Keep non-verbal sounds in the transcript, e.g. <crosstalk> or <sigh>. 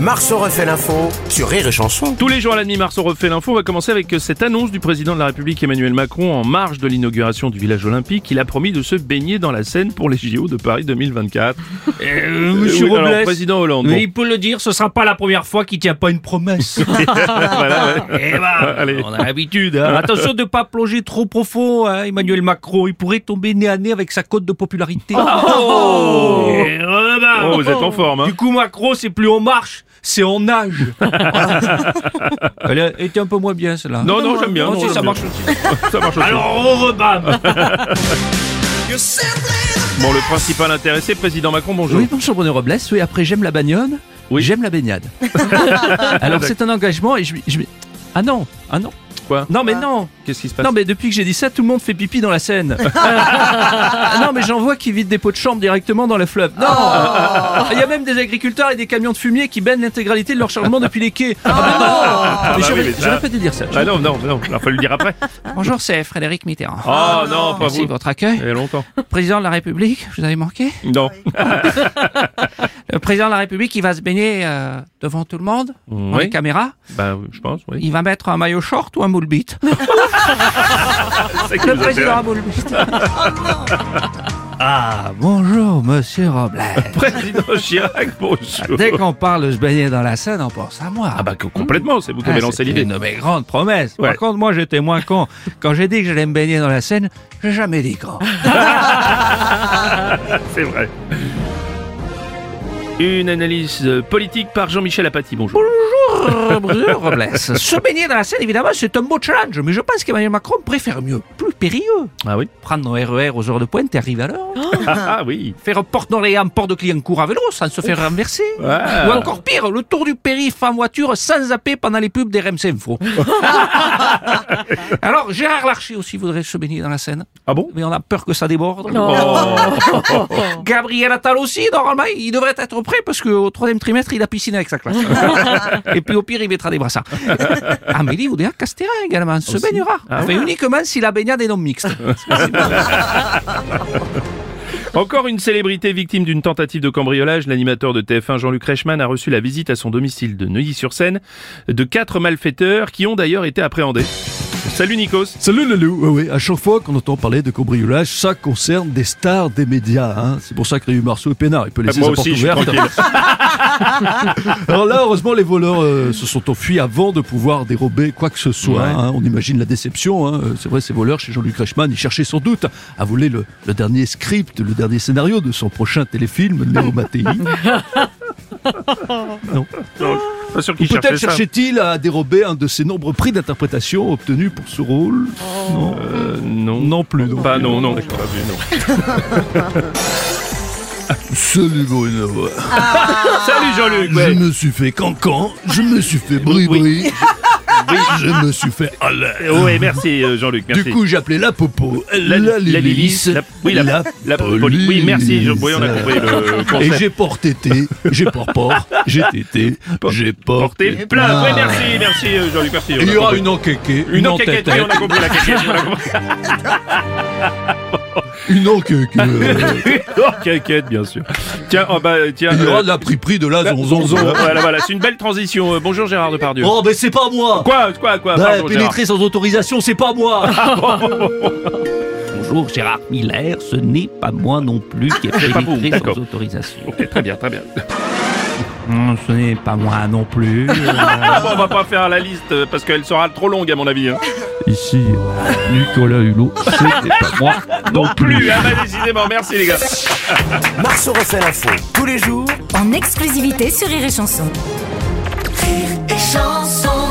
Marceau refait l'info sur Rire et Chanson. Tous les jours à la demi-mars, on refait l'info. On va commencer avec euh, cette annonce du président de la République Emmanuel Macron en marge de l'inauguration du village olympique. Il a promis de se baigner dans la Seine pour les JO de Paris <laughs> 2024. Euh, Euh, Monsieur oui, alors, Robles, président Hollande. mais bon. il peut le dire, ce sera pas la première fois qu'il tient pas une promesse. <laughs> Voilà, ouais. Eh ben, Ah, Allez. on a l'habitude. hein. Attention de pas plonger trop profond, hein, Emmanuel Macron. Il pourrait tomber nez à nez avec sa cote de popularité. Eh, Ah, Robin. Oh, vous êtes en forme. hein. Du coup, Macron, c'est plus en marche, c'est en <laughs> nage. Elle a- était un peu moins bien, celle-là. Non, non, j'aime bien. Non, non, si, j'aime ça bien. marche Oh, ça marche aussi. Alors, on rebam. Bon, le principal intéressé, président Macron, bonjour. Oui, bonjour Bruno Robles. Oui, après, j'aime la bagnole. Oui. J'aime la <laughs> baignade. Alors, c'est un engagement et je. je- Ah non, ah non. Quoi Non, mais non. Qu'est-ce qui se passe Non, mais depuis que j'ai dit ça, tout le monde fait pipi dans la <laughs> Seine. Ah non, mais j'en vois qui vident des pots de chambre directement dans le fleuve. Non Il y a même des agriculteurs et des camions de fumier qui baignent l'intégralité de leur chargement depuis les quais. Ah, mais Bah, non Mais bah j'aurais- oui, mais ça- J'aurais pas dû dire ça. Ah non, non, non, il faut le dire après. Bonjour, c'est Frédéric Mitterrand. Oh non, pas Ah, Merci vous. de votre accueil. Il y a longtemps. Président de la République, vous avez manqué <laughs> Non. Le président de la République, il va se baigner euh, devant tout le monde, devant Oui. les caméras. Bah, je pense, oui. Il va mettre un maillot short ou un moule bite <laughs> C'est qui Le vous président à intéresse. moule bite. <laughs> ah, bonjour, monsieur Robles. Président Chirac, bonjour. Dès qu'on parle de se baigner dans la Seine, on pense à moi. Ah, Ah bah que- complètement, c'est vous qui avez lancé c'était l'idée. une de mes grandes promesses. Ouais. Par contre, moi, j'étais moins con. Quand j'ai dit que j'allais me baigner dans la Seine, j'ai jamais dit grand. C'est vrai. Une analyse euh, politique par Jean-Michel Apathy, bonjour. <laughs> Bonjour, Bruno Robles. Se baigner dans la Seine, évidemment, c'est un beau challenge, mais je pense qu'Emmanuel Macron préfère mieux, plus périlleux. Ah oui Prendre nos RER aux heures de pointe et arriver à l'heure. Ah, ah, oui Faire Port-Noréa en port de Clignancourt à vélo sans se faire renverser. Ah. Ou encore pire, le tour du périph' en voiture sans zapper pendant les pubs des RMC Info. Alors, Gérard Larcher aussi voudrait se baigner dans la Seine, Ah bon mais on a peur que ça déborde. Oh. <laughs> Gabriel Attal aussi, normalement, il devrait être prêt parce qu'au troisième trimestre, il a piscine avec sa classe. Et puis au pire, il mettra des brassards. Amélie Oudéa Castéra également se baignera. Enfin, uniquement si la baignade est non mixte. Encore une célébrité victime d'une tentative de cambriolage, l'animateur de TF1 Jean-Luc Reichmann a reçu la visite à son domicile de Neuilly-sur-Seine de quatre malfaiteurs qui ont d'ailleurs été appréhendés. Salut Nikos Salut le loup, oui, oui. À chaque fois qu'on entend parler de cambriolage, ça concerne des stars des médias. Hein. C'est pour ça que Rémi Marceau est peinard. Il peut laisser Moi sa aussi, porte je suis ouverte. tranquille. <laughs> Alors là, heureusement, les voleurs euh, se sont enfuis avant de pouvoir dérober quoi que ce soit. Ouais. hein. On imagine la déception. hein. Euh, C'est vrai, ces voleurs, chez Jean-Luc Reichmann, ils cherchaient sans doute à voler le, le dernier script, le dernier scénario de son prochain téléfilm, Léo Mattei. Pas sûr Ou qu'il cherchait peut-être ça. cherchait-il à dérober un de ses nombreux prix d'interprétation obtenus pour ce rôle Non, Euh, non. non plus. Non Bah plus. non, non, j'ai pas vu, non. Salut Bruno. <laughs> Salut Jean-Luc Je ouais. me suis fait cancan, je me suis <laughs> fait bri-bri, je me suis fait aller. Eh, Ouais, merci euh, Jean-Luc, merci. Du coup, j'ai appelé la popo, la, Lilice, la- oui, la, la, police. Oui, merci, je, oui, on a compris le Et concept. j'ai porté-té, j'ai porport, j'ai tété, j'ai porté. Portez plein. Oui, merci, merci euh, Jean-Luc, merci. on Il a y aura compris. une enquêquée, Une une enquête, entêtée, oui, on a compris la question. on a compris. une <laughs> enquêquée. Oh, quinquette, bien sûr. Tiens, oh, bah, tiens. Il y aura euh, de la pri-pri de la là, zonzonzon. Voilà, voilà, c'est une belle transition. Euh, bonjour Gérard Depardieu. Oh, mais c'est pas moi Quoi, quoi, quoi Bah, pardon, Gérard. Pénétrer sans autorisation, c'est pas moi Bonjour Gérard Miller, ce n'est pas moi non plus qui ai Ah, pas vous, pénétré d'accord. sans autorisation. Ok, très bien, très bien. Non, ce n'est pas moi non plus. euh, <laughs> Ah, bon, on va pas faire la liste euh, parce qu'elle sera trop longue à mon avis. <laughs> Hein. Ici, euh, Nicolas Hulot, ce n'est pas moi non plus. Plus, ah bah décidément, merci les gars. Marceau refait l'info tous les jours en exclusivité sur Rire et Chanson. Rire et Chanson.